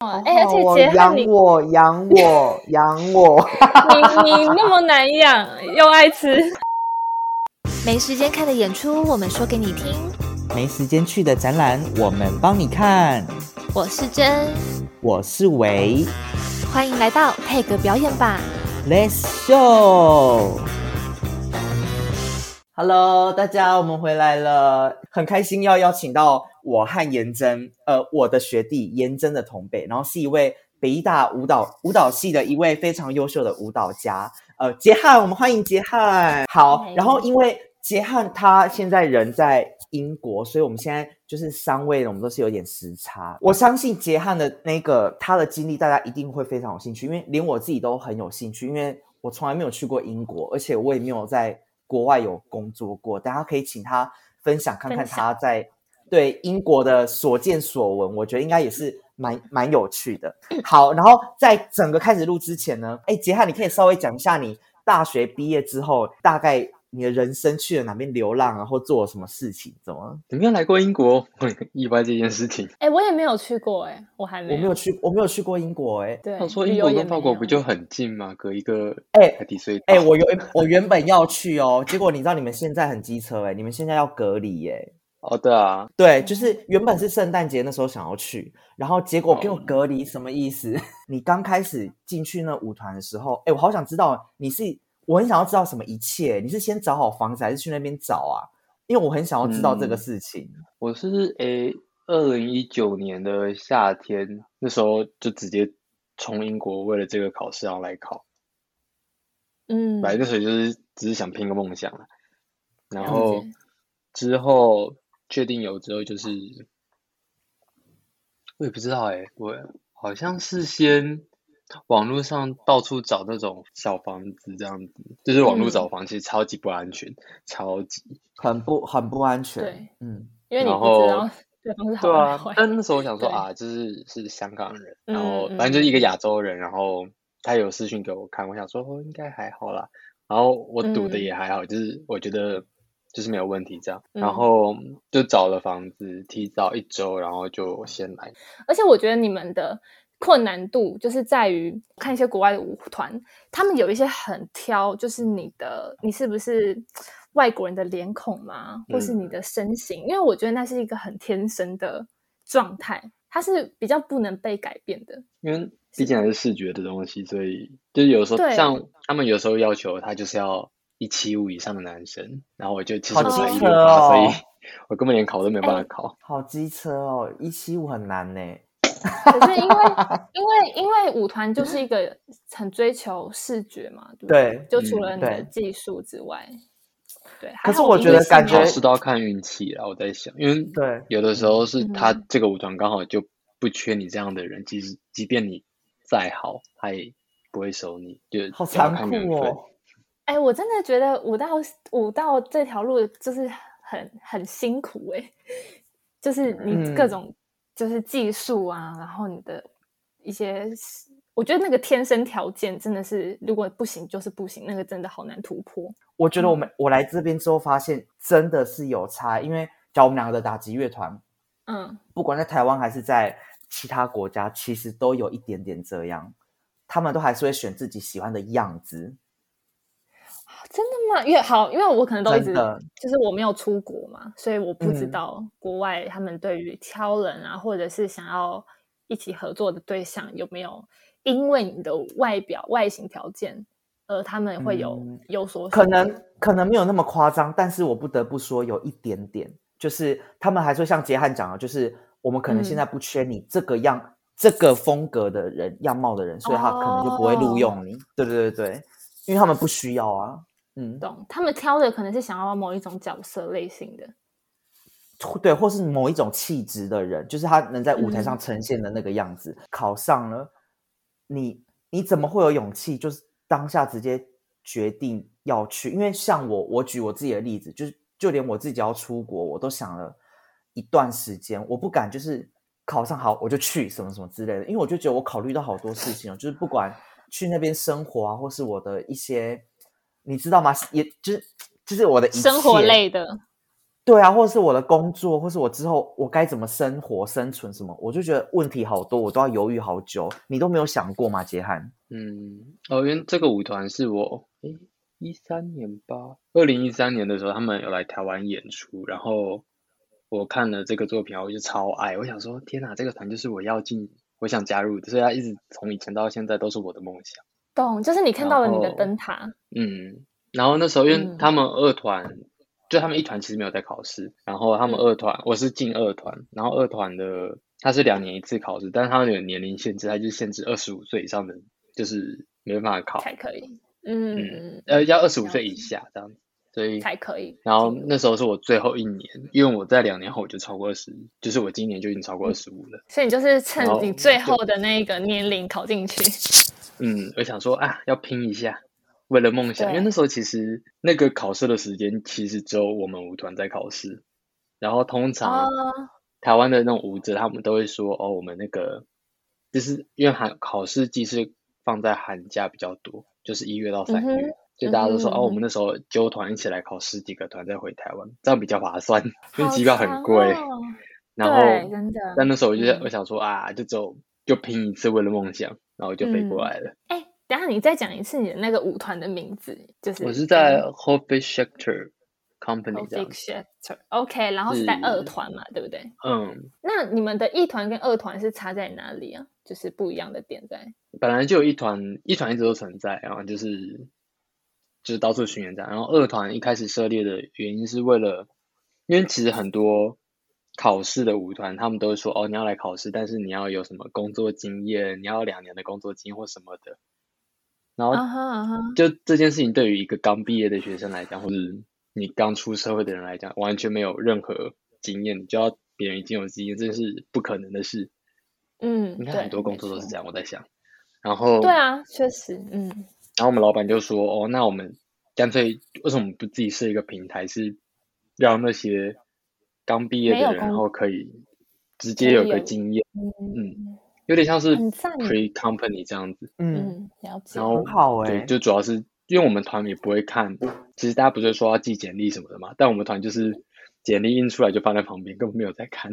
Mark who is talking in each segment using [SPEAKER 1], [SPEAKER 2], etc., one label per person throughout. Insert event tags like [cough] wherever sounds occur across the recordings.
[SPEAKER 1] 哦
[SPEAKER 2] 哇，哎、而
[SPEAKER 3] 好
[SPEAKER 2] 且
[SPEAKER 3] 我
[SPEAKER 2] 杰汉
[SPEAKER 3] 养
[SPEAKER 2] 你
[SPEAKER 3] 我养
[SPEAKER 4] [laughs]
[SPEAKER 3] 我养我，
[SPEAKER 2] 你你那么难养又爱吃，
[SPEAKER 4] 没时间看的演出，我们说给你听。
[SPEAKER 1] 没时间去的展览，我们帮你看。
[SPEAKER 4] 我是真，
[SPEAKER 1] 我是维
[SPEAKER 4] 欢迎来到配个表演吧。
[SPEAKER 1] ，Let's show。Hello，大家，我们回来了，很开心要邀请到我和颜真，呃，我的学弟颜真的同辈，然后是一位北医大舞蹈舞蹈系的一位非常优秀的舞蹈家，呃，杰汉，我们欢迎杰汉。好
[SPEAKER 2] Hi
[SPEAKER 1] 哦然后因为杰汉他现在人在英国，所以我们现在就是三位，我们都是有点时差。我相信杰汉的那个他的经历，大家一定会非常有兴趣，因为连我自己都很有兴趣，因为我从来没有去过英国，而且我也没有在国外有工作过。大家可以请他分享看看
[SPEAKER 2] 分享
[SPEAKER 1] 他在对英国的所见所闻，我觉得应该也是蛮蛮有趣的。
[SPEAKER 2] 嗯
[SPEAKER 1] 好，然后在整个开始录之前呢，哎，杰汉，你可以稍微讲一下你大学毕业之后，大概你的人生去了哪边流浪啊，或做了什么事情？怎么？
[SPEAKER 5] 你没有来过英国，我很意外这件事情。
[SPEAKER 2] 哎、我也没有去过、哎，我还没
[SPEAKER 1] 我没有去，我没有去过英国、欸，
[SPEAKER 2] 对，
[SPEAKER 5] 他说
[SPEAKER 2] 旅
[SPEAKER 5] 英
[SPEAKER 2] 游
[SPEAKER 5] 国
[SPEAKER 2] 也
[SPEAKER 5] 跟法国
[SPEAKER 2] 没有
[SPEAKER 5] 不就很近吗？隔一个
[SPEAKER 1] 哎
[SPEAKER 5] 海底隧道。
[SPEAKER 1] 哎，哎，我原我原本要去哦，结果你知道你们现在很机车、欸，哎，你们现在要隔离、欸，哎。
[SPEAKER 5] 哦对啊，
[SPEAKER 1] 对，就是原本是圣诞节那时候想要去，然后结果给我
[SPEAKER 5] 哦
[SPEAKER 1] 隔离，什么意思？ [laughs] 你刚开始进去那舞团的时候，哎，我好想知道你是，我很想要知道什么一切，你是先找好房子还是去那边找啊？因为我很想要知道这个
[SPEAKER 5] 嗯
[SPEAKER 1] 事情。
[SPEAKER 5] 我是诶二零一九年的夏天，那时候就直接从英国为了这个考试然后来考。
[SPEAKER 2] 嗯，
[SPEAKER 5] 本来那时候就是只是想拼个梦想啦然
[SPEAKER 2] 了
[SPEAKER 5] 后
[SPEAKER 2] 解
[SPEAKER 5] 之后确定有之后，就是我也不知道哎、我好像是先网络上到处找那种小房子这样子，就是网络找
[SPEAKER 2] 嗯
[SPEAKER 5] 房，其实超级不安全，超级。
[SPEAKER 1] 很不很不安全。
[SPEAKER 2] 对，
[SPEAKER 1] 嗯，
[SPEAKER 2] 因为你
[SPEAKER 5] 然
[SPEAKER 2] 不知
[SPEAKER 5] 后
[SPEAKER 2] 道对方是好
[SPEAKER 5] 对
[SPEAKER 2] 还
[SPEAKER 5] 啊
[SPEAKER 2] 是坏，，
[SPEAKER 5] 但那时候我想说
[SPEAKER 2] 对
[SPEAKER 5] 啊，就是是香港人，然
[SPEAKER 2] 嗯
[SPEAKER 5] 后
[SPEAKER 2] 嗯
[SPEAKER 5] 反正就是一个亚洲人，然后他有私讯给我看，我想说哦应该还好啦，然后我赌的
[SPEAKER 2] 嗯
[SPEAKER 5] 也还好，就是我觉得就是没有问题这样，
[SPEAKER 2] 嗯
[SPEAKER 5] 然后就找了房子，提早一周，然后就先来，
[SPEAKER 2] 而且我觉得你们的困难度就是在于看一些国外的舞团，他们有一些很挑，就是你的你是不是外国人的脸孔嘛，或
[SPEAKER 5] 嗯
[SPEAKER 2] 是你的身形，因为我觉得那是一个很天生的状态，它是比较不能被改变的。
[SPEAKER 5] 因为毕竟还是视觉的东西，所以就是有时候
[SPEAKER 2] 对
[SPEAKER 5] 像他们有时候要求他就是要一七五以上的男生，然后我就其实
[SPEAKER 1] 好
[SPEAKER 5] 我才
[SPEAKER 2] 机
[SPEAKER 5] 一
[SPEAKER 1] 车
[SPEAKER 5] 六八，所以
[SPEAKER 1] 哦
[SPEAKER 5] [laughs] 我根本连考都没有办
[SPEAKER 2] 哎
[SPEAKER 5] 法考。
[SPEAKER 1] 好机车哦，一七五很难呢、
[SPEAKER 2] 可是因
[SPEAKER 1] [laughs]
[SPEAKER 2] 为因为因为舞团就是一个很追求视觉嘛，对不
[SPEAKER 1] 对
[SPEAKER 2] 就除
[SPEAKER 5] 嗯
[SPEAKER 2] 了你的
[SPEAKER 1] 对
[SPEAKER 2] 技术之外，对。还
[SPEAKER 1] 可是
[SPEAKER 2] 好
[SPEAKER 1] 我
[SPEAKER 2] 们
[SPEAKER 1] 觉
[SPEAKER 2] 这
[SPEAKER 1] 得
[SPEAKER 2] 次
[SPEAKER 1] 感
[SPEAKER 2] 没有
[SPEAKER 5] 考
[SPEAKER 1] 觉
[SPEAKER 5] 试都要看运气啦，我在想，因为
[SPEAKER 1] 对
[SPEAKER 5] 有的时候是他
[SPEAKER 2] 嗯
[SPEAKER 5] 这个舞团刚好就不缺你这样的人，即使即便你再好，他也不会收你，就是
[SPEAKER 1] 好
[SPEAKER 5] 要
[SPEAKER 1] 残
[SPEAKER 5] 看缘
[SPEAKER 1] 酷
[SPEAKER 5] 分。
[SPEAKER 1] 哦。
[SPEAKER 2] 哎，我真的觉得舞蹈舞蹈这条路就是很很辛苦哎、就是你各
[SPEAKER 1] 嗯
[SPEAKER 2] 种就是技术啊，然后你的一些，我觉得那个天生条件真的是，如果不行就是不行，那个真的好难突破。
[SPEAKER 1] 我觉得我
[SPEAKER 5] 嗯
[SPEAKER 1] 们我来这边之后发现真的是有差，因为像我们两个的打击乐团，
[SPEAKER 2] 嗯，
[SPEAKER 1] 不管在台湾还是在其他国家，其实都有一点点这样，他们都还是会选自己喜欢的样子。
[SPEAKER 2] 真的吗？因为好，因为我可能都一
[SPEAKER 1] 真
[SPEAKER 2] 直
[SPEAKER 1] 的
[SPEAKER 2] 就是我没有出国嘛，所以我不知
[SPEAKER 1] 嗯
[SPEAKER 2] 道国外他们对于挑人啊，或者是想要一起合作的对象有没有因为你的外表、外形条件，而他们会有
[SPEAKER 1] 嗯
[SPEAKER 2] 有所
[SPEAKER 1] 可
[SPEAKER 2] 选
[SPEAKER 1] 能
[SPEAKER 2] 择
[SPEAKER 1] 可能没有那么夸张，但是我不得不说有一点点，就是他们还说像杰汉讲的，就是我们可能现
[SPEAKER 2] 嗯
[SPEAKER 1] 在不缺你这个样、这个风格的人、样貌的人，所以他可能就不会录用你。对对对对，因为他们不需要啊。嗯，
[SPEAKER 2] 懂，他们挑的可能是想要某一种角色类型的。
[SPEAKER 1] 对，或是某一种气质的人，就是他能在舞台上
[SPEAKER 2] 嗯
[SPEAKER 1] 呈现的那个样子，考上了，你你怎么会有勇气，就是当下直接决定要去？因为像我，我举我自己的例子，就是就连我自己要出国，我都想了一段时间，我不敢就是考上好我就去什么什么之类的，因为我就觉得我考虑到好多事情哦，就是不管去那边生活啊，或是我的一些，你知道吗？也就是就是我的一
[SPEAKER 2] 生活
[SPEAKER 1] 切
[SPEAKER 2] 类的，
[SPEAKER 1] 对啊，或者是我的工作，或是我之后我该怎么生活、生存什么，我就觉得问题好多，我都要犹豫好久。你都没有想过吗，杰汉？
[SPEAKER 5] 嗯，哦，因为这个舞团是我诶一三年吧，二零一三年的时候，他们有来台湾演出，然后我看了这个作品，啊然后我就超爱，我想说天哪，这个团就是我要进，我想加入的，所以他一直从以前到现在都是我的梦想。
[SPEAKER 2] 懂，就是你看到了你的
[SPEAKER 5] 然后
[SPEAKER 2] 灯塔，
[SPEAKER 5] 嗯，然后那时候因为
[SPEAKER 2] 嗯
[SPEAKER 5] 他们二团，就他们一团其实没有在考试，然后他们
[SPEAKER 2] 嗯
[SPEAKER 5] 二团，我是进二团，然后二团的它是两年一次考试，但是他们有年龄限制，它就是限制二十五岁以上的，就是没办法考，
[SPEAKER 2] 才可以，嗯，
[SPEAKER 5] 呃，要二十五
[SPEAKER 2] 了
[SPEAKER 5] 岁以
[SPEAKER 2] 解
[SPEAKER 5] 下这样子，所以
[SPEAKER 2] 才可以。
[SPEAKER 5] 然后那时候是我最后一年，因为我在两年后我就超过二十，就是我今年就已经超过二十五了。
[SPEAKER 2] 所以你就是趁
[SPEAKER 5] 好
[SPEAKER 2] 你最后的那个年龄考进去，
[SPEAKER 5] 嗯，我想说啊，要拼一下，为了梦想。因为
[SPEAKER 2] 对
[SPEAKER 5] 那时候其实那个考试的时间，其实只有我们舞团在考试，然后通常
[SPEAKER 2] 哦
[SPEAKER 5] 台湾的那种舞者，他们都会说哦，我们那个就是因为寒考试季是放在寒假比较多，就是一月到三
[SPEAKER 2] 嗯
[SPEAKER 5] 月，
[SPEAKER 2] 哼
[SPEAKER 5] 所以大家都说
[SPEAKER 2] 嗯哼
[SPEAKER 5] 哦，我
[SPEAKER 2] 嗯哼
[SPEAKER 5] 们那时候揪团一起来考十几个团再回台湾，这样比较划算，因为
[SPEAKER 2] 好
[SPEAKER 5] 机票
[SPEAKER 2] 强
[SPEAKER 5] 很贵。
[SPEAKER 2] 哦
[SPEAKER 5] 然
[SPEAKER 2] 对
[SPEAKER 5] 后
[SPEAKER 2] 真的
[SPEAKER 5] 但那时候我就在
[SPEAKER 2] 嗯
[SPEAKER 5] 我想说啊，就只有就拼一次为了梦想，然后我就飞过
[SPEAKER 2] 嗯
[SPEAKER 5] 来了。
[SPEAKER 2] 哎、等一下你再讲一次你的那个舞团的名字，就是
[SPEAKER 5] 我是在 h o b i s h e c t o r Company 这样
[SPEAKER 2] Big
[SPEAKER 5] 子，
[SPEAKER 2] Shatter，OK，然后是在
[SPEAKER 5] 是
[SPEAKER 2] 二团嘛，对不对？
[SPEAKER 5] 嗯，
[SPEAKER 2] 那你们的一团跟二团是差在哪里啊？就是不一样的点在
[SPEAKER 5] 本来就有一团，一团一直都存在，然后就是就是到处巡演这样。然后二团一开始涉猎的原因是为了，因为其实很多考试的舞团，他们都会说哦，你要来考试，但是你要有什么工作经验，你要有两年的工作经验或什么的。然后
[SPEAKER 2] 啊哈啊哈，
[SPEAKER 5] 就这件事情对于一个刚毕业的学生来讲，或者你刚出社会的人来讲，完全没有任何经验，你就要别人已经有经验，这是不可能的事。
[SPEAKER 2] 嗯，
[SPEAKER 5] 你看
[SPEAKER 2] 对
[SPEAKER 5] 很多工
[SPEAKER 2] 没
[SPEAKER 5] 作都是
[SPEAKER 2] 错
[SPEAKER 5] 这样，我在想。然后，
[SPEAKER 2] 对啊，确实，嗯，
[SPEAKER 5] 然后我们老板就说：“哦，那我们干脆为什么不自己设一个平台，是让那些刚毕业
[SPEAKER 2] 没有
[SPEAKER 5] 的人，然
[SPEAKER 2] 工
[SPEAKER 5] 后可以直
[SPEAKER 2] 可
[SPEAKER 5] 接
[SPEAKER 2] 以
[SPEAKER 5] 有个
[SPEAKER 2] 有
[SPEAKER 5] 经验，
[SPEAKER 2] 嗯
[SPEAKER 5] 有点像是
[SPEAKER 2] 很赞
[SPEAKER 5] pre company 这样子。”
[SPEAKER 1] 嗯，
[SPEAKER 2] 嗯，了解
[SPEAKER 5] 然。后
[SPEAKER 1] 很好欸
[SPEAKER 5] 对，就主要是因为我们团也不会看，其实大家不是说要寄简历什么的嘛，但我们团就是简历印出来就放在旁边，根本没有在看，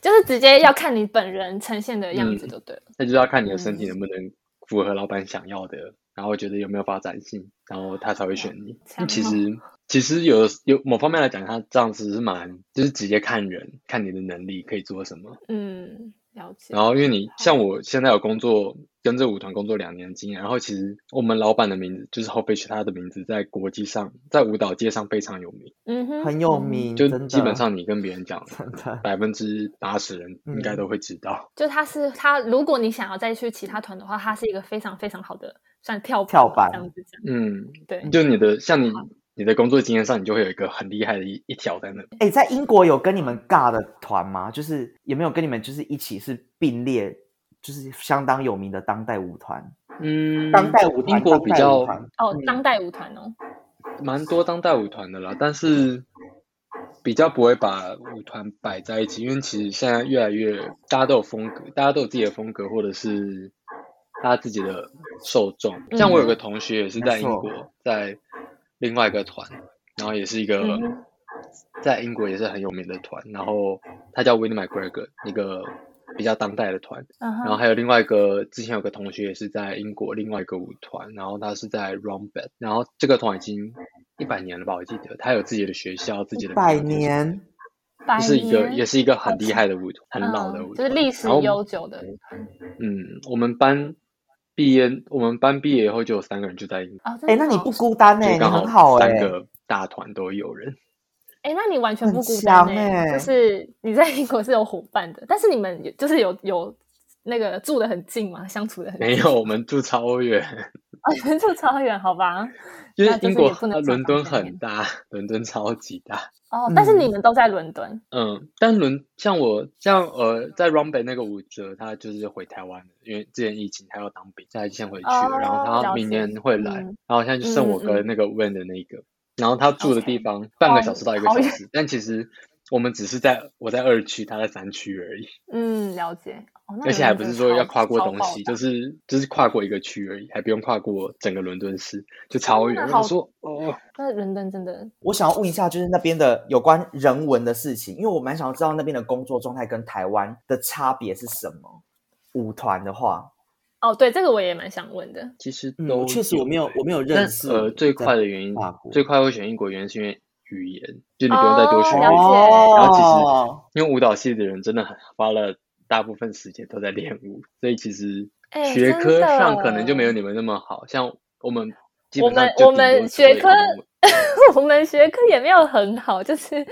[SPEAKER 2] 就是直接要看你本人呈现的样子
[SPEAKER 5] 嗯
[SPEAKER 2] 就对了。
[SPEAKER 5] 那就是要看你的身体能不能符合老板想要的，然后觉得有没有发展性，然后他才会选你。
[SPEAKER 2] 这
[SPEAKER 5] 那
[SPEAKER 2] 样
[SPEAKER 5] 其
[SPEAKER 2] 哦
[SPEAKER 5] 实其实有有某方面来讲，他这样子是蛮就是直接看人，看你的能力可以做什么。
[SPEAKER 2] 嗯，了解。
[SPEAKER 5] 然后因为你像我现在有工作，跟这舞团工作两年的经验，然后其实我们老板的名字就是 h o b i c h 他的名字在国际上，在舞蹈界上非常有名，
[SPEAKER 2] 嗯哼，
[SPEAKER 1] 很有
[SPEAKER 2] 嗯哼，
[SPEAKER 1] 名，
[SPEAKER 5] 就
[SPEAKER 1] 真的
[SPEAKER 5] 基本上你跟别人讲，
[SPEAKER 1] 真的
[SPEAKER 5] 百分之八十人
[SPEAKER 1] 嗯
[SPEAKER 5] 应该都会知道。
[SPEAKER 2] 就他是他，如果你想要再去其他团的话，他是一个非常非常好的算跳板
[SPEAKER 1] 跳
[SPEAKER 2] 吧
[SPEAKER 1] 板
[SPEAKER 2] 这样子讲。
[SPEAKER 5] 嗯，
[SPEAKER 2] 对，
[SPEAKER 5] 就你的像你你的工作经验上，你就会有一个很厉害的一一条在那里。
[SPEAKER 1] 哎、在英国有跟你们尬的团吗？就是有没有跟你们就是一起是并列，就是相当有名的当代舞团？
[SPEAKER 5] 嗯，
[SPEAKER 1] 当代舞团，
[SPEAKER 5] 英国
[SPEAKER 1] 当
[SPEAKER 5] 比
[SPEAKER 1] 代舞
[SPEAKER 5] 较
[SPEAKER 1] 团
[SPEAKER 2] 哦，
[SPEAKER 5] 嗯
[SPEAKER 2] 当代舞团哦，
[SPEAKER 5] 蛮多当代舞团的啦，但是比较不会把舞团摆在一起，因为其实现在越来越大家都有风格，大家都有自己的风格，或者是大家自己的受众。像我有个同学也是在英
[SPEAKER 1] 嗯没
[SPEAKER 5] 国，在另外一个团，然后也是一个、
[SPEAKER 2] 嗯哼
[SPEAKER 5] 在英国也是很有名的团，然后他叫 Winnie McGregor，一个比较当代的团。
[SPEAKER 2] 嗯
[SPEAKER 5] 然后
[SPEAKER 2] 哼，
[SPEAKER 5] 还有另外一个，之前有个同学也是在英国另外一个舞团，然后他是在 Rumbed，然后这个团已经一百年了吧，我记得他有自己的学校，自己的
[SPEAKER 1] 百
[SPEAKER 5] 名字，
[SPEAKER 1] 年，
[SPEAKER 2] 百
[SPEAKER 5] 就是一个
[SPEAKER 2] 年
[SPEAKER 5] 也是一个很厉害的舞团，很老的
[SPEAKER 2] 嗯
[SPEAKER 5] 舞
[SPEAKER 2] 就是
[SPEAKER 5] 团。
[SPEAKER 2] 历史
[SPEAKER 5] 然后我们
[SPEAKER 2] 悠久的
[SPEAKER 5] 嗯，我们班毕业，我们班毕业以后就有三个人就在英国，
[SPEAKER 2] 哦。真
[SPEAKER 1] 哎、
[SPEAKER 2] 的
[SPEAKER 1] 那你
[SPEAKER 2] 哦
[SPEAKER 1] 不孤单哎、
[SPEAKER 5] 就
[SPEAKER 1] 你
[SPEAKER 5] 刚
[SPEAKER 1] 很好哎、
[SPEAKER 2] 欸
[SPEAKER 5] 三个大团都有人。
[SPEAKER 2] 哎、那你完全
[SPEAKER 1] 很
[SPEAKER 2] 不孤单
[SPEAKER 1] 强
[SPEAKER 2] 欸
[SPEAKER 1] 欸
[SPEAKER 2] 就是你在英国是有伙伴的，但是你们有就是有有那个住的很近嘛，相处的很近
[SPEAKER 5] 没有，我们住超远，
[SPEAKER 2] 啊， [laughs] 你们住超远，好吧？
[SPEAKER 5] 因
[SPEAKER 2] 那
[SPEAKER 5] 为
[SPEAKER 2] 就是
[SPEAKER 5] 英国
[SPEAKER 2] 也不能
[SPEAKER 5] 呃伦
[SPEAKER 2] 常常
[SPEAKER 5] 敦
[SPEAKER 2] 见面
[SPEAKER 5] 很大，伦敦超级大。
[SPEAKER 2] 哦，但是
[SPEAKER 1] 嗯
[SPEAKER 2] 你们都在伦敦，
[SPEAKER 5] 嗯，但伦像我像呃，在 r u m b a 那个舞者，他就是回台湾了，因为之前疫情他要当兵，他已经先回去了，然
[SPEAKER 2] 哦
[SPEAKER 5] 后他
[SPEAKER 2] 了
[SPEAKER 5] 明
[SPEAKER 2] 解
[SPEAKER 5] 年会来，
[SPEAKER 2] 嗯
[SPEAKER 5] 然后现在就
[SPEAKER 2] 嗯
[SPEAKER 5] 剩我
[SPEAKER 2] 嗯
[SPEAKER 5] 跟那个 Wen 的那个，然后他住的
[SPEAKER 2] OK
[SPEAKER 5] 地方半个
[SPEAKER 2] 哦
[SPEAKER 5] 小时到一个
[SPEAKER 2] 好
[SPEAKER 5] 小
[SPEAKER 2] 远
[SPEAKER 5] 时，但其实我们只是在我在二区，他在三区而已，
[SPEAKER 2] 嗯，了解。哦、那
[SPEAKER 5] 而
[SPEAKER 2] 你
[SPEAKER 5] 且
[SPEAKER 2] 们
[SPEAKER 5] 还
[SPEAKER 2] 真
[SPEAKER 5] 不
[SPEAKER 2] 的
[SPEAKER 5] 是说
[SPEAKER 2] 超
[SPEAKER 5] 要跨过
[SPEAKER 2] 超
[SPEAKER 5] 东
[SPEAKER 2] 爆
[SPEAKER 5] 西，
[SPEAKER 2] 炸
[SPEAKER 5] 就是就是跨过一个区而已，还不用跨过整个伦敦市，就超
[SPEAKER 2] 天
[SPEAKER 5] 远。
[SPEAKER 2] 哪
[SPEAKER 5] 我
[SPEAKER 2] 好
[SPEAKER 5] 想说哦，
[SPEAKER 2] 那伦敦真的
[SPEAKER 1] 我想要问一下，就是那边的有关人文的事情，因为我蛮想知道那边的工作状态跟台湾的差别是什么。舞团的话，
[SPEAKER 2] 哦，对，这个我也蛮想问的。
[SPEAKER 5] 其实
[SPEAKER 1] 嗯
[SPEAKER 5] 都
[SPEAKER 1] 确实我没有
[SPEAKER 5] 欸
[SPEAKER 1] 我没有认
[SPEAKER 5] 但
[SPEAKER 1] 识
[SPEAKER 5] 呃，最
[SPEAKER 1] 在
[SPEAKER 5] 快的原因
[SPEAKER 1] 法国，
[SPEAKER 5] 最快会选英国原因是因为语言，就你不用再多学
[SPEAKER 2] 哦
[SPEAKER 5] 语
[SPEAKER 2] 了
[SPEAKER 5] 言。
[SPEAKER 2] 解
[SPEAKER 5] 然后其实
[SPEAKER 1] 哦
[SPEAKER 5] 因为舞蹈系的人真的很花了大部分时间都在练舞，所以其实
[SPEAKER 2] 哎
[SPEAKER 5] 学
[SPEAKER 2] 真
[SPEAKER 5] 科上可能
[SPEAKER 2] 的
[SPEAKER 5] 就没有你们那么好。像我们基
[SPEAKER 2] 我
[SPEAKER 5] 本上
[SPEAKER 2] 们
[SPEAKER 5] 就
[SPEAKER 2] 我
[SPEAKER 5] 顶多
[SPEAKER 2] 们
[SPEAKER 5] 只会
[SPEAKER 2] 学科
[SPEAKER 5] 英文
[SPEAKER 2] [laughs] 我们学科也没有很好，就是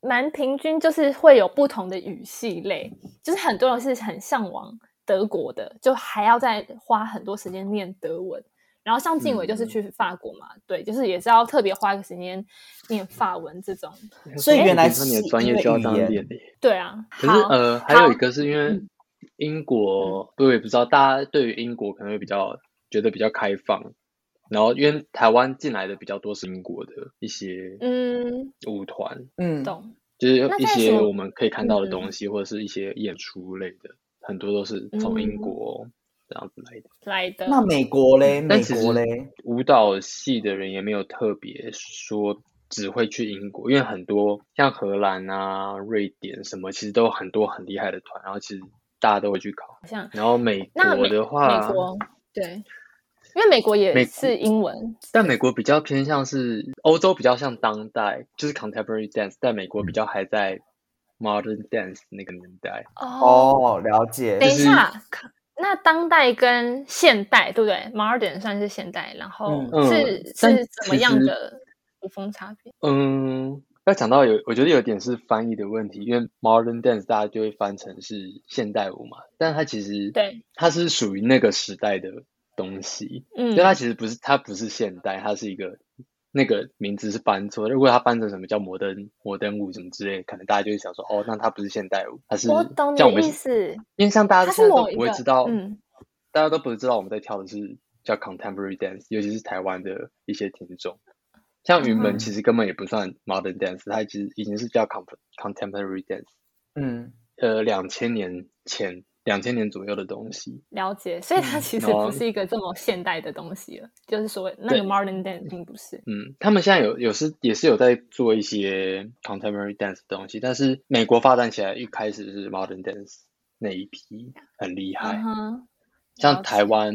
[SPEAKER 2] 蛮平均，就是会有不同的语系类，就是很多人是很向往德国的，就还要再花很多时间念德文。然后像静伟就是
[SPEAKER 1] 嗯
[SPEAKER 2] 去法国嘛，对，就是也是要特别花个时间念法文这种。
[SPEAKER 1] [laughs] 所以原来
[SPEAKER 5] 比如说你的
[SPEAKER 1] 是
[SPEAKER 5] 专
[SPEAKER 1] 因
[SPEAKER 5] 业
[SPEAKER 1] 为
[SPEAKER 5] 就要
[SPEAKER 1] 语
[SPEAKER 5] 这样
[SPEAKER 1] 言
[SPEAKER 5] 练的耶。
[SPEAKER 2] 对啊，
[SPEAKER 5] 可
[SPEAKER 2] 好，
[SPEAKER 5] 是呃，还有
[SPEAKER 2] 好
[SPEAKER 5] 一个是因为
[SPEAKER 2] 嗯
[SPEAKER 5] 英国，我也不知道，大家对于英国可能会比较觉得比较开放，然后因为台湾进来的比较多是英国的一些
[SPEAKER 2] 嗯，
[SPEAKER 5] 舞团，
[SPEAKER 1] 嗯，
[SPEAKER 2] 懂，
[SPEAKER 5] 就是
[SPEAKER 2] 那
[SPEAKER 5] 一
[SPEAKER 2] 在什
[SPEAKER 5] 些
[SPEAKER 2] 么
[SPEAKER 5] 我们可以看到的
[SPEAKER 2] 嗯
[SPEAKER 5] 东西，或者是一些演出类的，很多都是从英
[SPEAKER 2] 嗯
[SPEAKER 5] 国这样子来的。
[SPEAKER 2] 来的。
[SPEAKER 1] 那美国嘞，
[SPEAKER 5] 嗯但
[SPEAKER 1] 美
[SPEAKER 5] 其
[SPEAKER 1] 国
[SPEAKER 5] 实
[SPEAKER 1] 嘞，
[SPEAKER 5] 舞蹈系的人也没有特别说只会去英国，因为很多像荷兰啊、瑞典什么，其实都有很多很厉害的团，然后其实大家都会去考。
[SPEAKER 2] 像
[SPEAKER 5] 然后美
[SPEAKER 2] 那
[SPEAKER 5] 国
[SPEAKER 2] 美
[SPEAKER 5] 的话，
[SPEAKER 2] 美国对，因为美国也
[SPEAKER 5] 啊美
[SPEAKER 2] 是英文，
[SPEAKER 5] 但美国比较偏向是欧洲比较像当代，就是 contemporary dance，但美国比较还在 modern dance 那个年代。
[SPEAKER 1] 哦，了解
[SPEAKER 2] 等，一
[SPEAKER 5] 就是
[SPEAKER 2] 下，可那当代跟现代，对不对？Modern 算是现代，然后
[SPEAKER 1] 嗯
[SPEAKER 5] 嗯
[SPEAKER 2] 是、
[SPEAKER 5] 但
[SPEAKER 2] 是怎么
[SPEAKER 5] 其
[SPEAKER 2] 样
[SPEAKER 5] 实
[SPEAKER 2] 的古风差别？
[SPEAKER 5] 嗯，要讲到有，我觉得有点是翻译的问题，因为 modern dance 大家就会翻成是现代舞嘛，但它其实
[SPEAKER 2] 对，
[SPEAKER 5] 它是属于那个时代的东西，
[SPEAKER 2] 嗯
[SPEAKER 5] 所以，它其实不是它不是现代，它是一个那个名字是翻错，如果它翻成什么叫摩登摩登舞什么之类的，可能大家就会想说，哦，那它不是现代舞，它是
[SPEAKER 2] 我懂你
[SPEAKER 5] 像
[SPEAKER 2] 的
[SPEAKER 5] 我们
[SPEAKER 2] 意思，
[SPEAKER 5] 因为像大
[SPEAKER 2] 它
[SPEAKER 5] 家
[SPEAKER 2] 是
[SPEAKER 5] 现在都
[SPEAKER 2] 某一
[SPEAKER 5] 不会
[SPEAKER 2] 个
[SPEAKER 5] 知道，
[SPEAKER 2] 嗯，
[SPEAKER 5] 大家都不知道我们在跳的是叫 contemporary dance，尤其是台湾的一些听众，像云门
[SPEAKER 2] 嗯
[SPEAKER 5] 其实根本也不算 modern dance，它其实已经是叫 con contemporary dance，
[SPEAKER 1] 嗯，
[SPEAKER 5] 呃，两千年前两千年左右的东西。
[SPEAKER 2] 了解。所以它其实
[SPEAKER 5] 嗯然
[SPEAKER 2] 不
[SPEAKER 5] 后
[SPEAKER 2] 是一个这么现代的东西了，就是所谓那
[SPEAKER 5] 对
[SPEAKER 2] 个 Modern Dance 并不是。
[SPEAKER 5] 嗯，他们现在有有是也是有在做一些 contemporary dance 的东西，但是美国发展起来一开始是 modern dance 那一批很厉害，
[SPEAKER 2] 嗯哼，了
[SPEAKER 5] 像台
[SPEAKER 2] 解
[SPEAKER 5] 湾，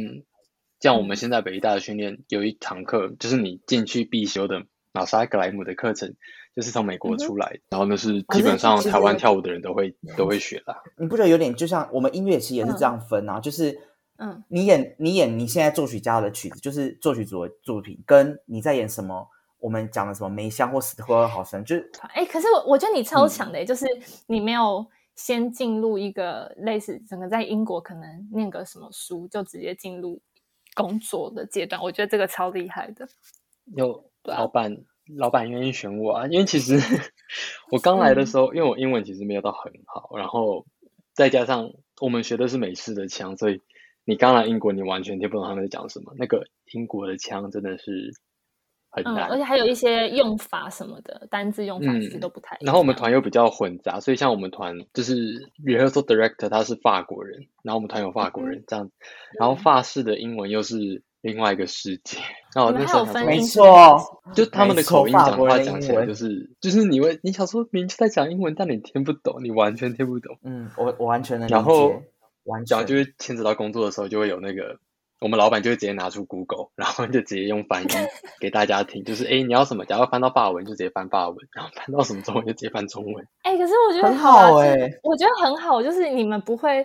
[SPEAKER 5] 像我们
[SPEAKER 2] 嗯
[SPEAKER 5] 现在北大的训练有一堂课，就是你进去必修的马莎格莱姆的课程，就是从美国
[SPEAKER 2] 嗯哼哦
[SPEAKER 5] 出来的，然后那是
[SPEAKER 1] 可
[SPEAKER 5] 基
[SPEAKER 1] 是
[SPEAKER 5] 本上
[SPEAKER 1] 其
[SPEAKER 5] 台湾
[SPEAKER 1] 实
[SPEAKER 5] 跳舞的人都会都会学啦。
[SPEAKER 1] 你不觉得有点就像我们音乐其实也是这样分啊？就是，
[SPEAKER 2] 嗯，
[SPEAKER 1] 你演你演你现在作曲家的曲子，就是作曲组的作品，跟你在演什么我们讲的什么梅香或死徒二好声，就是
[SPEAKER 2] 哎、可是我我觉得你超
[SPEAKER 5] 嗯
[SPEAKER 2] 强的、欸就是你没有先进入一个类似整个在英国可能念个什么书，就直接进入工作的阶段，我觉得这个超厉害的。
[SPEAKER 5] 有
[SPEAKER 2] 对啊
[SPEAKER 5] 老板，老板愿意选我啊，因为
[SPEAKER 2] [laughs]
[SPEAKER 5] 其实我刚来的
[SPEAKER 2] 嗯
[SPEAKER 5] 时候，因为我英文其实没有到很好，然后再加上我们学的是美式的腔，所以你刚来英国，你完全听不懂他们在讲什么。那个英国的腔真的是很
[SPEAKER 2] 嗯，
[SPEAKER 5] 难
[SPEAKER 2] 而。且还有一些用法什么的，单字用法其实
[SPEAKER 5] 嗯
[SPEAKER 2] 都不太一样。
[SPEAKER 5] 然后我们团又比较混杂，所以像我们团就是 rehearsal director 他是法国人，然后我们团有法国人这样，然后
[SPEAKER 2] 嗯
[SPEAKER 5] 法式的英文又是另外一个世界。然后
[SPEAKER 2] 你们
[SPEAKER 5] 我那时
[SPEAKER 2] 还有
[SPEAKER 5] 候想
[SPEAKER 2] 分
[SPEAKER 5] 说
[SPEAKER 1] 没
[SPEAKER 2] 英式
[SPEAKER 1] 错
[SPEAKER 2] 法式
[SPEAKER 5] 就他们的
[SPEAKER 1] 没错
[SPEAKER 5] 口音
[SPEAKER 1] 法
[SPEAKER 5] 讲
[SPEAKER 1] 国
[SPEAKER 5] 话
[SPEAKER 1] 人的
[SPEAKER 5] 讲
[SPEAKER 1] 英
[SPEAKER 5] 起来
[SPEAKER 1] 文
[SPEAKER 5] 就是就是你会你想说明明就在讲英文，但你听不懂，你完全听不懂。
[SPEAKER 1] 嗯，我我完全能理
[SPEAKER 5] 然后
[SPEAKER 1] 解，完
[SPEAKER 5] 然后
[SPEAKER 1] 全
[SPEAKER 5] 就会牵扯到工作的时候，就会有那个我们老板就会直接拿出 Google，然 [laughs] 后就直接用翻译给大家听，就是诶你要什么，假如翻到法文就直接翻法文，然后翻到什么中文就直接翻中文。
[SPEAKER 2] 哎、可是我觉得
[SPEAKER 1] 很
[SPEAKER 2] 啊就
[SPEAKER 1] 好
[SPEAKER 2] 是
[SPEAKER 1] 欸
[SPEAKER 2] 我觉得很好，就是你们不会，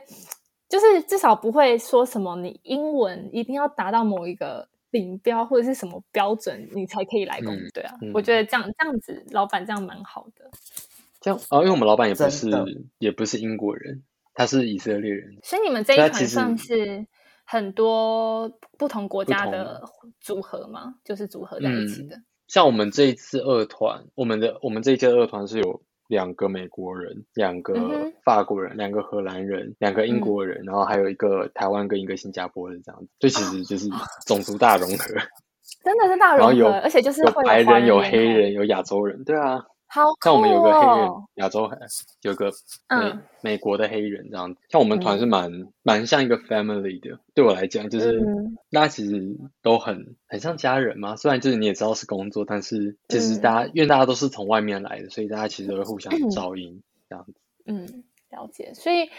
[SPEAKER 2] 就是至少不会说什么你英文一定要达到某一个领标或者是什么标准，你才可以来工
[SPEAKER 5] 嗯
[SPEAKER 2] 对啊。
[SPEAKER 5] 嗯
[SPEAKER 2] 我觉得这样这样子，老板这样蛮好的。
[SPEAKER 5] 这样啊、因为我们老板也不
[SPEAKER 1] 真
[SPEAKER 5] 是
[SPEAKER 1] 的
[SPEAKER 5] 也不是英国人，他是以色列人，
[SPEAKER 2] 所以你们这一
[SPEAKER 5] 那
[SPEAKER 2] 团
[SPEAKER 5] 其实
[SPEAKER 2] 算是很多不同国
[SPEAKER 5] 不
[SPEAKER 2] 家
[SPEAKER 5] 同
[SPEAKER 2] 的组合吗？就是组合在一起
[SPEAKER 5] 嗯
[SPEAKER 2] 的。
[SPEAKER 5] 像我们这一次二团，我们的我们这一届的二团是有两个美国人，两
[SPEAKER 2] 嗯
[SPEAKER 5] 个
[SPEAKER 2] 哼嗯
[SPEAKER 5] 法国人，两个荷兰人，两个英国人，然后还有一个台湾跟一个新加坡的这样子，就其实就是
[SPEAKER 2] 哦
[SPEAKER 5] 种族大融合，
[SPEAKER 2] 真的是大
[SPEAKER 5] 然后
[SPEAKER 2] 融
[SPEAKER 5] 有
[SPEAKER 2] [laughs] 合，而且就是
[SPEAKER 5] 有
[SPEAKER 2] 会
[SPEAKER 5] 白
[SPEAKER 2] 华
[SPEAKER 5] 人、有
[SPEAKER 2] 脸
[SPEAKER 5] 黑
[SPEAKER 2] 孔，
[SPEAKER 5] 人、有亚洲人，对啊，
[SPEAKER 2] 好酷
[SPEAKER 5] 像我们有个黑人
[SPEAKER 2] 哦，
[SPEAKER 5] 亚洲黑有个美、
[SPEAKER 2] 嗯
[SPEAKER 5] 美国的黑人这样，像我们团是蛮、蛮像一个 family 的。对我来讲，就是、
[SPEAKER 2] 嗯
[SPEAKER 5] 大家其实都很很像家人嘛。虽然就是你也知道是工作，但是其实
[SPEAKER 2] 嗯
[SPEAKER 5] 大家、因为大家都是从外面来的，所以大家其实都会互相照应这样子。
[SPEAKER 2] 嗯，了解。所以，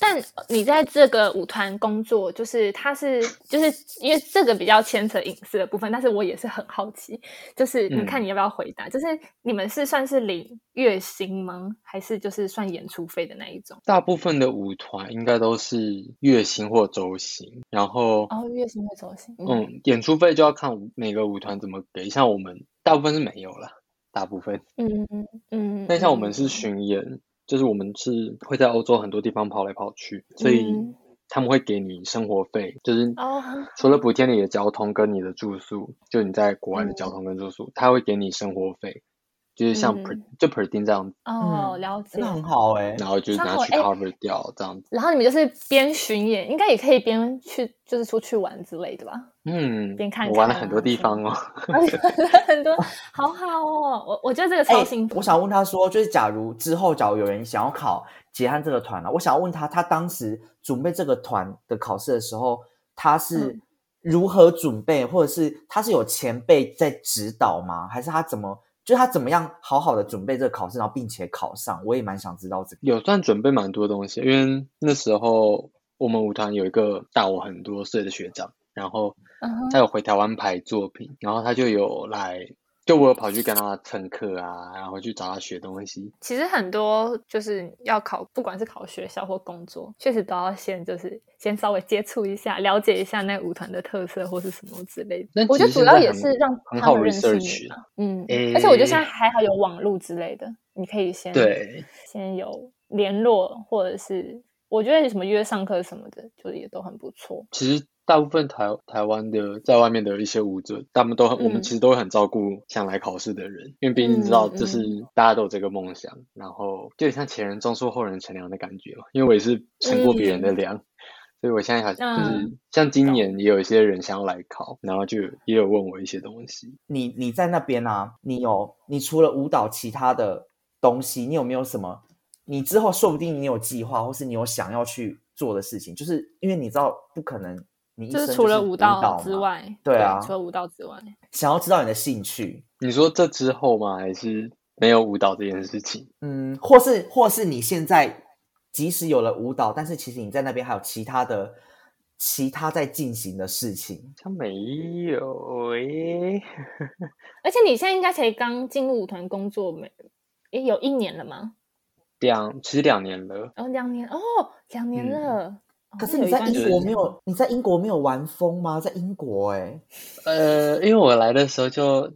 [SPEAKER 2] 但你在这个舞团工作，就是它是就是因为这个比较牵扯隐私的部分，但是我也是很好奇，就是你
[SPEAKER 5] 嗯
[SPEAKER 2] 看你要不要回答，就是你们是算是领月薪吗？还是就是算演出费的那一种？
[SPEAKER 5] 大部分的舞团应该都是月薪或周薪，然后
[SPEAKER 2] 哦，月薪会走薪，嗯
[SPEAKER 5] 嗯，演出费就要看舞每个舞团怎么给，像我们大部分是没有啦，大部分。
[SPEAKER 2] 嗯嗯嗯。
[SPEAKER 5] 但像我们
[SPEAKER 2] 嗯
[SPEAKER 5] 是巡演，就是我们是会在欧洲很多地方跑来跑去，所以
[SPEAKER 2] 嗯
[SPEAKER 5] 他们会给你生活费，就是
[SPEAKER 2] 哦很
[SPEAKER 5] 除了补贴你的交通跟你的住宿，就你在国外的
[SPEAKER 2] 嗯
[SPEAKER 5] 交通跟住宿，他会给你生活费，就是像
[SPEAKER 2] 嗯
[SPEAKER 5] per、就 per 丁这样，
[SPEAKER 2] 哦，
[SPEAKER 1] 嗯
[SPEAKER 2] 了解
[SPEAKER 1] 真的。很好哎、
[SPEAKER 5] 然后就是
[SPEAKER 2] 超
[SPEAKER 5] 拿
[SPEAKER 2] 好
[SPEAKER 5] 去
[SPEAKER 2] 哎
[SPEAKER 5] cover 掉这样子。
[SPEAKER 2] 然后你们就是边巡演，应该也可以边去，就是出去玩之类的吧？
[SPEAKER 5] 嗯，
[SPEAKER 2] 边看
[SPEAKER 5] 我玩了
[SPEAKER 2] 看
[SPEAKER 5] 很
[SPEAKER 2] 啊
[SPEAKER 5] 多地
[SPEAKER 2] 什么
[SPEAKER 5] 方哦。
[SPEAKER 2] 很多，好好哦，我我觉得这个
[SPEAKER 1] 哎、
[SPEAKER 2] 超幸福。
[SPEAKER 1] 我想问他说，就是假如之后假如有人想要考杰汉这个团了、啊我想问他，他当时准备这个团的考试的时候，他是
[SPEAKER 2] 嗯
[SPEAKER 1] 如何准备，或者是他是有前辈在指导吗？还是他怎么，就他怎么样好好的准备这个考试，然后并且考上？我也蛮想知道这个。
[SPEAKER 5] 有算准备蛮多东西，因为那时候我们舞团有一个大我很多岁的学长，然后
[SPEAKER 2] 嗯哼
[SPEAKER 5] 他有回台湾排作品，然后他就有来，就我有跑去跟他蹭课啊，然后去找他学东西。
[SPEAKER 2] 其实很多就是要考，不管是考学校或工作，确实都要先就是先稍微接触一下，了解一下那舞团的特色或是什么之类的
[SPEAKER 5] 但。
[SPEAKER 2] 我觉得
[SPEAKER 5] 其
[SPEAKER 2] 主
[SPEAKER 5] 实
[SPEAKER 2] 要
[SPEAKER 5] 现在
[SPEAKER 2] 也
[SPEAKER 5] 很
[SPEAKER 2] 是让
[SPEAKER 5] 很
[SPEAKER 2] 他
[SPEAKER 5] 好
[SPEAKER 2] 们认识你
[SPEAKER 5] research
[SPEAKER 2] 吧
[SPEAKER 5] 啊。
[SPEAKER 2] 嗯，
[SPEAKER 5] 诶
[SPEAKER 2] 而且我觉得现在还好有网络之类的，你可以先
[SPEAKER 5] 对，
[SPEAKER 2] 先有联络，或者是我觉得什么约上课什么的，就是也都很不错。
[SPEAKER 5] 其实大部分台台湾的在外面的一些舞者，他们都很，我们
[SPEAKER 2] 嗯
[SPEAKER 5] 其实都会很照顾想来考试的人，因为毕竟知道
[SPEAKER 2] 嗯
[SPEAKER 5] 就是大家都有这个梦想，然后就很像前人种树后人乘凉的感觉嘛。因为我也是乘过别人的凉，所以我现在好像就是、
[SPEAKER 2] 嗯
[SPEAKER 5] 像今年也有一些人想要来考，然后就也有问我一些东西。
[SPEAKER 1] 你你在那边啊，你有你除了舞蹈其他的东西，你有没有什么？你之后说不定你有计划，或是你有想要去做的事情，就是因为你知道不可能，你一
[SPEAKER 2] 就
[SPEAKER 1] 生
[SPEAKER 2] 是除了
[SPEAKER 1] 舞
[SPEAKER 2] 舞
[SPEAKER 1] 蹈
[SPEAKER 2] 蹈
[SPEAKER 1] 嘛
[SPEAKER 2] 之，外，
[SPEAKER 1] 对啊
[SPEAKER 2] 除了舞蹈之外，
[SPEAKER 1] 想要知道你的兴趣，
[SPEAKER 5] 你说这之后吗？还是没有舞蹈这件事情？
[SPEAKER 1] 嗯，或是或是你现在即使有了舞蹈，但是其实你在那边还有其他的其他在进行的事情，
[SPEAKER 5] 好像没有诶、
[SPEAKER 2] 而且你现在应该才刚进入舞团工作没？诶，有一年了吗？
[SPEAKER 5] 两其实两年了。
[SPEAKER 2] 然后两年哦，两年
[SPEAKER 5] 嗯
[SPEAKER 2] 了。哦那
[SPEAKER 1] 可是
[SPEAKER 2] 有
[SPEAKER 1] 你
[SPEAKER 2] 一
[SPEAKER 1] 在
[SPEAKER 2] 段时
[SPEAKER 1] 英国
[SPEAKER 2] 间
[SPEAKER 1] 没有，你在英国没有玩疯吗？在英国、欸，哎，
[SPEAKER 5] 呃，因为我来的时候就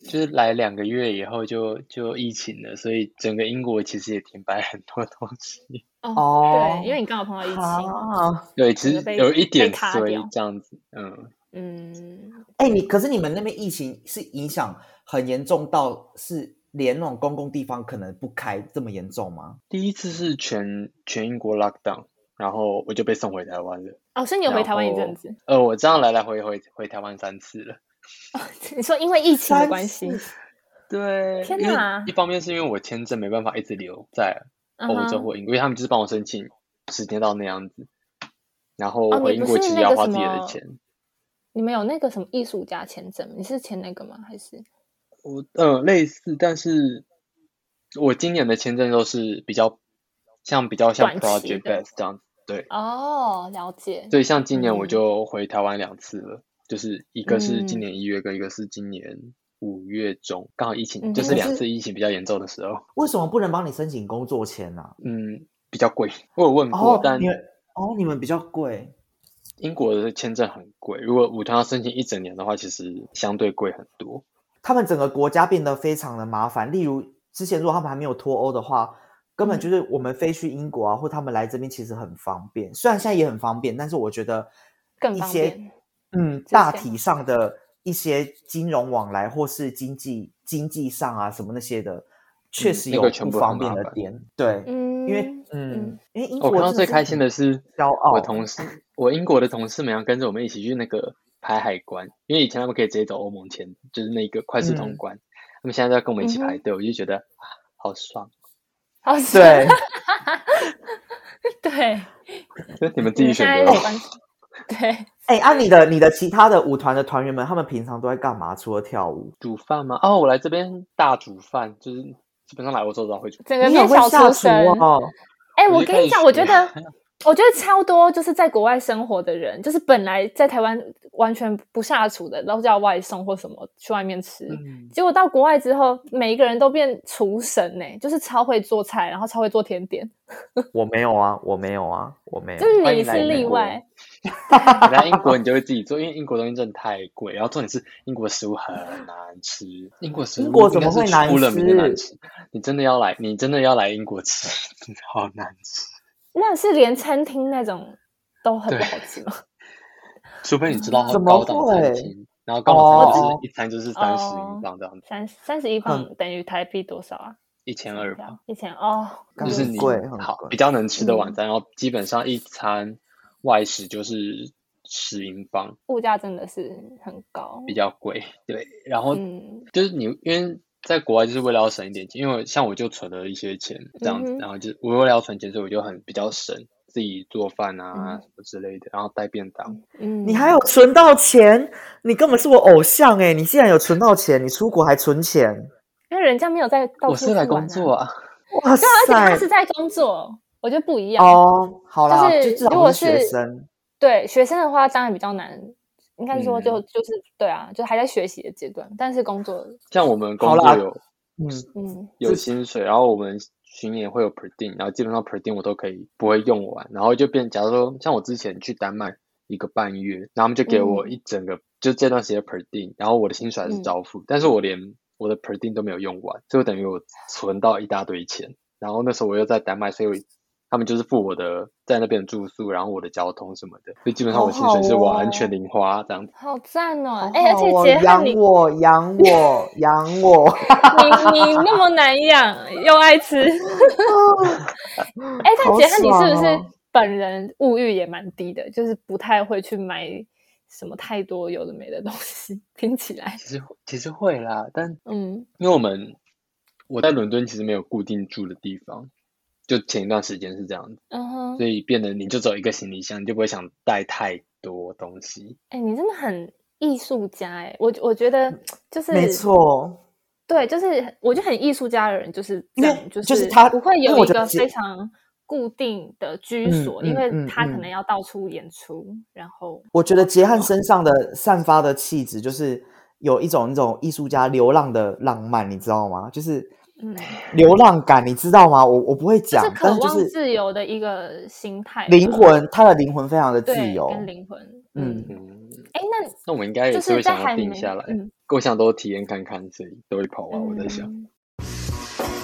[SPEAKER 5] 就是来两个月以后就就疫情了，所以整个英国其实也停摆很多东西。
[SPEAKER 2] 哦，
[SPEAKER 1] 哦
[SPEAKER 2] 对，因为你刚好碰到疫情，
[SPEAKER 1] 啊，
[SPEAKER 5] 对，其
[SPEAKER 2] 整个
[SPEAKER 5] 实
[SPEAKER 2] 被
[SPEAKER 5] 有一
[SPEAKER 2] 被
[SPEAKER 5] 点
[SPEAKER 2] 卡
[SPEAKER 5] 衰
[SPEAKER 2] 掉
[SPEAKER 5] 这样子，嗯，
[SPEAKER 2] 嗯，
[SPEAKER 1] 哎、你可是你们那边疫情是影响很严重到是连那种公共地方可能不开这么严重吗？
[SPEAKER 5] 第一次是全全英国 lockdown，然后我就被送回台湾了。
[SPEAKER 2] 哦，所以你有回
[SPEAKER 5] 然
[SPEAKER 2] 台湾一阵
[SPEAKER 5] 后
[SPEAKER 2] 子？ [laughs]
[SPEAKER 5] 呃，我这样来来回回回台湾三次了。
[SPEAKER 2] 你说因为疫情的
[SPEAKER 1] 三哦
[SPEAKER 2] 关系，
[SPEAKER 5] 对，
[SPEAKER 2] 天
[SPEAKER 5] 因为
[SPEAKER 2] 哪
[SPEAKER 5] 一方面是因为我签证没办法一直留在
[SPEAKER 2] 嗯
[SPEAKER 5] 欧洲
[SPEAKER 2] 哼，
[SPEAKER 5] 或英国，因为他们就是帮我申请时间到那样子，然后
[SPEAKER 2] 哦
[SPEAKER 5] 回
[SPEAKER 2] 你
[SPEAKER 5] 英
[SPEAKER 2] 不
[SPEAKER 5] 国
[SPEAKER 2] 是
[SPEAKER 5] 其实
[SPEAKER 2] 那
[SPEAKER 5] 要
[SPEAKER 2] 个
[SPEAKER 5] 花
[SPEAKER 2] 什
[SPEAKER 5] 自己的
[SPEAKER 2] 么
[SPEAKER 5] 钱。
[SPEAKER 2] 你们有那个什么艺术家签证吗？你是签那个吗？还是
[SPEAKER 5] 我呃类似，但是我今年的签证都是比较像比较像
[SPEAKER 2] 短期
[SPEAKER 5] project
[SPEAKER 2] 的
[SPEAKER 5] base 这样子，对，
[SPEAKER 2] 哦，了解，
[SPEAKER 5] 所以像今年我
[SPEAKER 2] 嗯
[SPEAKER 5] 就回台湾两次了，就是一个是今
[SPEAKER 2] 嗯
[SPEAKER 5] 年一月，跟一个是今年五月中，刚好疫情、就
[SPEAKER 2] 嗯
[SPEAKER 5] 是
[SPEAKER 2] 哼
[SPEAKER 5] 两
[SPEAKER 1] 是
[SPEAKER 5] 次疫情比较严重的时候，
[SPEAKER 1] 为什么不能帮你申请工作签呢、
[SPEAKER 5] 嗯，比较贵，我有问过，
[SPEAKER 1] 哦，
[SPEAKER 5] 但
[SPEAKER 1] 你们哦，你们比较贵
[SPEAKER 5] 英国的签证很贵，如果舞团要申请一整年的话，其实相对贵很多，
[SPEAKER 1] 他们整个国家变得非常的麻烦。例如之前如果他们还没有脱欧的话，
[SPEAKER 2] 嗯
[SPEAKER 1] 根本就是我们飞去英国啊，或他们来这边其实很方便。虽然现在也很方便，但是我觉得
[SPEAKER 2] 更
[SPEAKER 1] 一
[SPEAKER 2] 方
[SPEAKER 1] 些
[SPEAKER 2] 便？
[SPEAKER 1] 嗯
[SPEAKER 2] 前
[SPEAKER 1] 大体上的一些金融往来或是经济经济上啊什么那些的，确
[SPEAKER 5] 嗯
[SPEAKER 1] 实
[SPEAKER 5] 那
[SPEAKER 1] 有
[SPEAKER 5] 个全
[SPEAKER 1] 不
[SPEAKER 5] 部很
[SPEAKER 1] 方
[SPEAKER 5] 麻
[SPEAKER 1] 便的
[SPEAKER 5] 烦
[SPEAKER 1] 点。对，
[SPEAKER 2] 嗯，
[SPEAKER 1] 因为嗯
[SPEAKER 2] 嗯，
[SPEAKER 1] 因为英
[SPEAKER 5] 哦我
[SPEAKER 1] 国
[SPEAKER 5] 看到
[SPEAKER 1] 真
[SPEAKER 5] 最开
[SPEAKER 1] 是
[SPEAKER 5] 心的是，
[SPEAKER 1] 骄
[SPEAKER 5] 我
[SPEAKER 1] 傲
[SPEAKER 5] 同事，我英国的同事们要跟着我们一起去那个排海关，因为以前他们可以直接走欧盟签，就是那个快速通
[SPEAKER 1] 嗯
[SPEAKER 5] 关。们现在在跟我们一起
[SPEAKER 2] 嗯哼
[SPEAKER 5] 排队，我就觉得啊
[SPEAKER 1] [laughs]
[SPEAKER 5] 好爽。
[SPEAKER 2] 好，
[SPEAKER 1] 对，
[SPEAKER 2] 哦对，
[SPEAKER 5] 就你们自
[SPEAKER 2] 你们现
[SPEAKER 5] 己选
[SPEAKER 2] 在
[SPEAKER 5] 择
[SPEAKER 2] 有
[SPEAKER 1] 哦
[SPEAKER 5] 吧。
[SPEAKER 2] 关系， [laughs] 对，
[SPEAKER 1] 哎，啊，你的你的其他的舞团的团员们，他们平常都在干嘛？除了跳舞，
[SPEAKER 5] 煮饭吗？哦，我来这边大煮饭，就是基本上来欧洲都会煮。
[SPEAKER 2] 整个
[SPEAKER 1] 你很
[SPEAKER 2] 变小
[SPEAKER 1] 会下
[SPEAKER 2] 厨
[SPEAKER 1] 厨
[SPEAKER 2] 神。
[SPEAKER 1] 哦。
[SPEAKER 2] 哎、
[SPEAKER 5] 我
[SPEAKER 2] 我
[SPEAKER 5] 就
[SPEAKER 2] 跟
[SPEAKER 5] 开
[SPEAKER 2] 你
[SPEAKER 5] 始
[SPEAKER 2] 讲，我觉
[SPEAKER 5] 学啊
[SPEAKER 2] 得，我觉得超多就是在国外生活的人，就是本来在台湾完全不下厨的，都叫外送或什么去外面吃。
[SPEAKER 5] 嗯，
[SPEAKER 2] 结果到国外之后，每一个人都变厨神呢、就是超会做菜，然后超会做甜点。
[SPEAKER 1] 我没有啊，我没有啊，我没有
[SPEAKER 2] 就。是
[SPEAKER 5] 欢
[SPEAKER 2] 你
[SPEAKER 5] 迎来
[SPEAKER 2] 是
[SPEAKER 5] 英
[SPEAKER 2] 例
[SPEAKER 5] 国
[SPEAKER 2] 外，
[SPEAKER 5] 你来英国你就会自己做，因为英国东西真的太贵，然后重点是英国食物很难吃，英国食物
[SPEAKER 1] 英国怎么会
[SPEAKER 5] 应该是出了名的
[SPEAKER 1] 难吃
[SPEAKER 5] 难吃？你真的要来，你真的要来英国吃， [laughs] 真的好难吃。
[SPEAKER 2] 那是连餐厅那种都很不
[SPEAKER 5] 对
[SPEAKER 2] 好吃吗？
[SPEAKER 5] 除非你知道
[SPEAKER 1] 怎么
[SPEAKER 5] 高档餐
[SPEAKER 1] 会
[SPEAKER 5] 厅，然后高
[SPEAKER 1] 哦
[SPEAKER 5] 档餐厅就是一餐就是三十
[SPEAKER 2] 哦
[SPEAKER 5] 英镑这样子，
[SPEAKER 2] 三三十一磅等于台币多少啊？
[SPEAKER 5] 一千嗯二吧，
[SPEAKER 2] 一千哦，
[SPEAKER 1] 刚
[SPEAKER 5] 就是
[SPEAKER 1] 很
[SPEAKER 5] 你
[SPEAKER 1] 贵很
[SPEAKER 5] 好
[SPEAKER 1] 贵
[SPEAKER 5] 比较能吃的晚
[SPEAKER 2] 嗯
[SPEAKER 5] 餐，然后基本上一餐外食就是十英镑，
[SPEAKER 2] 物价真的是很高
[SPEAKER 5] 比。较贵。对，然后
[SPEAKER 2] 嗯，
[SPEAKER 5] 就是你因为在国外就是为了要省一点钱，因为我像我就存了一些钱这样子，
[SPEAKER 2] 嗯哼
[SPEAKER 5] 然后就我为了要存钱，所以我就很比较省，自己做饭啊、
[SPEAKER 2] 嗯
[SPEAKER 5] 什么之类的，然后带便当。
[SPEAKER 2] 嗯
[SPEAKER 1] 你还有存到钱？你根本是我偶像哎！你竟然有存到钱，你出国还存钱，
[SPEAKER 2] 因为人家没有在到
[SPEAKER 5] 我
[SPEAKER 2] 处
[SPEAKER 5] 是来
[SPEAKER 2] 去玩啊
[SPEAKER 5] 工作，啊，
[SPEAKER 1] 哇
[SPEAKER 2] 对啊，而且他是
[SPEAKER 1] 塞！
[SPEAKER 2] 在工作，我觉得不一样。
[SPEAKER 1] 哦，好啦，
[SPEAKER 2] 就是
[SPEAKER 1] 就至少
[SPEAKER 2] 如果
[SPEAKER 1] 不是学
[SPEAKER 2] 是
[SPEAKER 1] 生，
[SPEAKER 2] 对学生的话，当然比较难，应该说就、
[SPEAKER 5] 嗯
[SPEAKER 2] 就是对啊，就还在学习的阶段，但是工作，
[SPEAKER 5] 像我们工
[SPEAKER 1] 好
[SPEAKER 5] 作
[SPEAKER 1] 啦
[SPEAKER 5] 有
[SPEAKER 1] 嗯，
[SPEAKER 2] 嗯，
[SPEAKER 5] 有薪水，然后我们巡演会有 per d i n 然后基本上 per d i n 我都可以不会用完，然后就变，假如说像我之前去丹麦一个半月，然后他们就给我
[SPEAKER 2] 嗯
[SPEAKER 5] 一整个、就这段时间 per d i n 然后我的薪水还是
[SPEAKER 2] 嗯
[SPEAKER 5] 照付，但是我连我的 per d i n 都没有用完，所以我等于我存到一大堆钱，然后那时候我又在丹麦，所以我他们就是付我的在那边的住宿，然后我的交通什么的，所以基本上我薪水
[SPEAKER 2] 哦
[SPEAKER 5] 是我完全零花这样子。
[SPEAKER 2] 好赞哦！
[SPEAKER 1] 好
[SPEAKER 2] 哎、而且
[SPEAKER 1] 好哦
[SPEAKER 2] 杰汉
[SPEAKER 1] 养
[SPEAKER 2] 你
[SPEAKER 1] 我养我养我，
[SPEAKER 2] [laughs] 你你那么难养又爱吃，
[SPEAKER 1] [laughs]
[SPEAKER 2] 哎、但
[SPEAKER 1] 好
[SPEAKER 2] 杰汉你是不
[SPEAKER 1] 爽
[SPEAKER 2] 是
[SPEAKER 1] 哦
[SPEAKER 2] 本人物欲也蛮低的，就是不太会去买什么太多有的没的东西？听起来，
[SPEAKER 5] 其实其实会啦，但
[SPEAKER 2] 嗯
[SPEAKER 5] 因为我们我在伦敦其实没有固定住的地方，就前一段时间是这样子，
[SPEAKER 2] 嗯哼，
[SPEAKER 5] 所以变得你就只有一个行李箱，你就不会想带太多东西。
[SPEAKER 2] 哎、你真的很艺术家哎、我我觉得就是
[SPEAKER 1] 没错，
[SPEAKER 2] 对，就是我觉得很艺术家的人就是这
[SPEAKER 1] 因为
[SPEAKER 2] 样，就
[SPEAKER 1] 就是
[SPEAKER 2] 是
[SPEAKER 1] 他
[SPEAKER 2] 不会
[SPEAKER 1] 因为
[SPEAKER 2] 有
[SPEAKER 1] 我
[SPEAKER 2] 一
[SPEAKER 1] 觉得
[SPEAKER 2] 个
[SPEAKER 1] 其
[SPEAKER 2] 非常固定的居
[SPEAKER 1] 嗯
[SPEAKER 2] 所，
[SPEAKER 1] 嗯
[SPEAKER 2] 因为
[SPEAKER 1] 嗯
[SPEAKER 2] 他可
[SPEAKER 1] 嗯
[SPEAKER 2] 能要到处演出，然后
[SPEAKER 1] 我觉得杰汉身上的散发的气质，就是有一种那种艺术家流浪的浪漫，你知道吗？就是
[SPEAKER 2] 嗯，
[SPEAKER 1] 流浪感，你知道吗？我我不会
[SPEAKER 2] 就
[SPEAKER 1] 讲
[SPEAKER 2] 是，
[SPEAKER 1] 但
[SPEAKER 2] 渴
[SPEAKER 1] 是就
[SPEAKER 2] 望
[SPEAKER 1] 是
[SPEAKER 2] 自由的一个心态吧，
[SPEAKER 1] 灵魂，他的灵魂非常的自
[SPEAKER 2] 对
[SPEAKER 1] 由。
[SPEAKER 2] 跟灵魂，
[SPEAKER 1] 嗯
[SPEAKER 2] 嗯，
[SPEAKER 5] 嗯，
[SPEAKER 2] 哎、
[SPEAKER 5] 那我应
[SPEAKER 2] 那
[SPEAKER 5] 该
[SPEAKER 2] 就
[SPEAKER 5] 也是
[SPEAKER 2] 是
[SPEAKER 5] 会
[SPEAKER 2] 在
[SPEAKER 5] 想要
[SPEAKER 2] 还
[SPEAKER 5] 定
[SPEAKER 2] 没
[SPEAKER 5] 下来，
[SPEAKER 2] 嗯
[SPEAKER 5] 我想多体验看看，所以都会跑啊。我在想，
[SPEAKER 2] 嗯